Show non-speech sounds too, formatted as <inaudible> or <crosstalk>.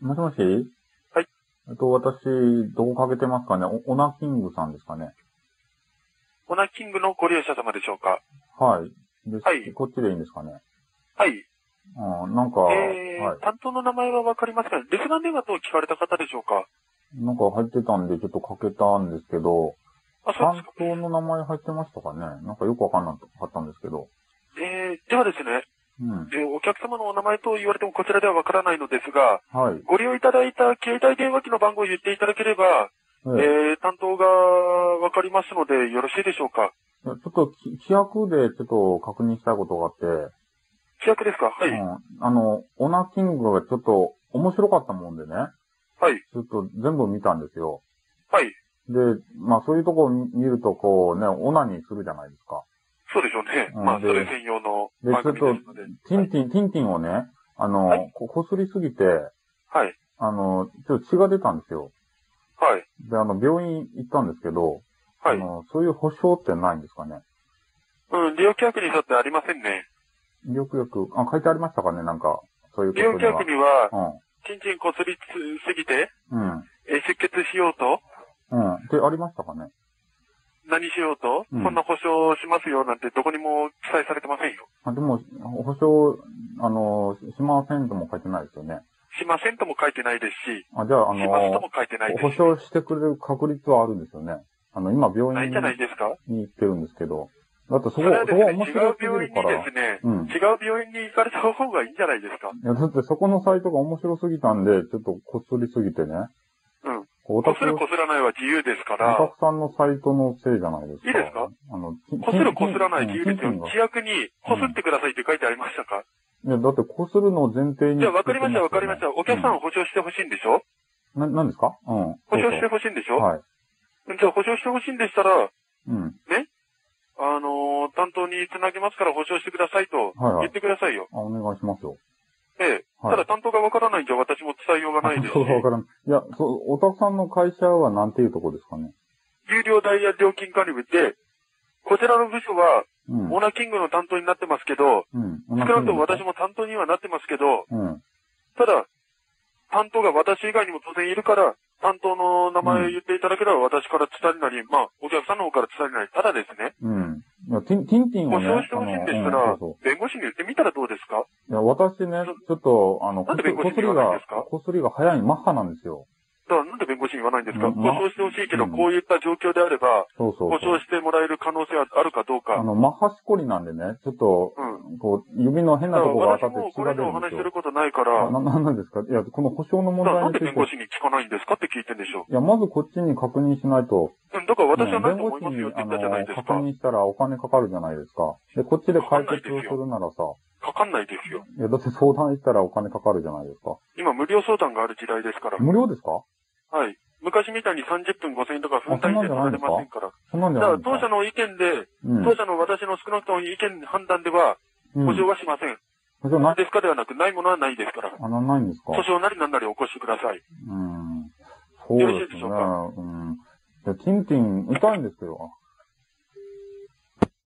もしもしはい。えっと、私、どこかけてますかねオオナキングさんですかねオナキングのご利用者様でしょうかはい。ですはいこっちでいいんですかねはい。うん、なんか、えーはい。担当の名前はわかりますかね留守番電話等を聞かれた方でしょうかなんか入ってたんで、ちょっとかけたんですけど、あ、そうです担か。当の名前入ってましたかねなんかよくわかんなかったんですけど。えー、ではですね、うん。えーお客様のお名前と言われてもこちらではわからないのですが、はい。ご利用いただいた携帯電話機の番号を言っていただければ、えええー、担当がわかりますのでよろしいでしょうかちょっとき、規約でちょっと確認したいことがあって、主役ですかはうい。ん、あの、オナキングがちょっと面白かったもんでね、はい。ちょっと全部見たんですよ。はい。で、まあそういうとこを見見るとこうね、オナニーするじゃないですか。そうでしょうね。うんまあ、でそれ専用ので番組ですので。ティンティン、ティンティンをね、あの、はいここすりすぎて、はい。あの、ちょっと血が出たんですよ。はい。で、あの、病院行ったんですけど、はあい。のそういう保証ってないんですかねうん、利用規約に沿ってありませんね。よくよく、あ、書いてありましたかねなんか、そういうこ利用と規には約。には、うちんちんこすりつすぎて、ん。うん。えー出血しようと、うん。ってありましたかね何しようと、うんこんな保証しますよなんてどこにも記載されてませんよ。あでも、保証、あの、しませんとも書いてないですよね。しませんとも書いてないですし、あ、じゃあ、あしますとのも、書いてないです保し。証してくれる確率はあるんですよね。あの、今、病ない院んじゃないですかに行ってるんですけど。だってそそこ、そこれはですね、は違面白うすぎ病る院かにらで。すね、うん。い違う病院に行かれた方がいいんじゃないですかや、だってそこのサイトが面白すぎたんで、ちょっとこすりすぎてね。うんこう。おこたするこすらないは自由ですかおら、客さんのサイトのせいじゃないですか。いいですかあの、こするこすらない自由ですようん。規約に、こすってくださいって書いてありましたか、いや、だってこするのを前提に。じゃあ分かりました、分かりました。お客さんを保証してほしいんでしょな、なんですかうん。保証してそうほしいんでしそうょはい。じゃあ保証してほしいんでしたら、うん。あのー担当につなぎますから保証してくださいとはいは言いっ。てくださいよ。あ、お願いしますよ。ええ。はいただ担当がわからないんじゃ私も伝えようがないですし <laughs> そう、わからん。いや、そう、おたくさんの会社はなんていうとこですかね。有料ダイヤ料金管理部で、こちらの部署は、うん。オーナーキングの担当になってますけど、うん。少なくとも私も担当にはなってますけど、うん。ただ、担当が私以外にも当然いるから、担当の名前を言っていただければ私から伝えるなり、まあ、お客さんの方から伝えるなり、ただですね、うん。いや、ティン、ティンティン保をね、証してほしいんでしたあのらうんそうそ、弁護士に言ってみたらどうですかういや、私ね、ちょっと、あの、なんで弁護士こにすり言わないんがですか、こすりが早いマッハなんですよ。だからなんで弁護士に言わないんですか、うん保証してほしいけど、うんこういった状況であれば、そうそう保そう証してもらえる可能性はあるかどうあか。の、マッハしこりなんでね、ちょっと、うん。こう、指の変だなかとら私こが当たっもて血こがれ以出上おるんで話しすするよ。ことないかあら、な、なんなんですかいや、この保証のだ問からなん題につでいて弁。護士に聞かないんですかって聞いてんでしょいや、まずこっちに確認しないと。う。うん、だから私はねない弁と護思いま士すよにって言あったじゃないのです確か。認したらお金かかるじゃないですか。で、こっちで解決をするならさ、かかんないですよ。いや、だって相談したらお金かかるじゃないですか。今無料相談がある時代ですから。無料ですかはい。昔みたいに30分5000円とか分単位で取られませんから。そんなんじだかゃらないんです当社かの意見で、うん当社の私の少なくとも意見判断では、うん。保証はしません。保証ないですかではなく、ないものはないですから。あの、ないんですか訴訟なりなんなり起こしてください。うん。そうよですろしいでね。しょうかうん。いや、ティンティン、痛いんですよ。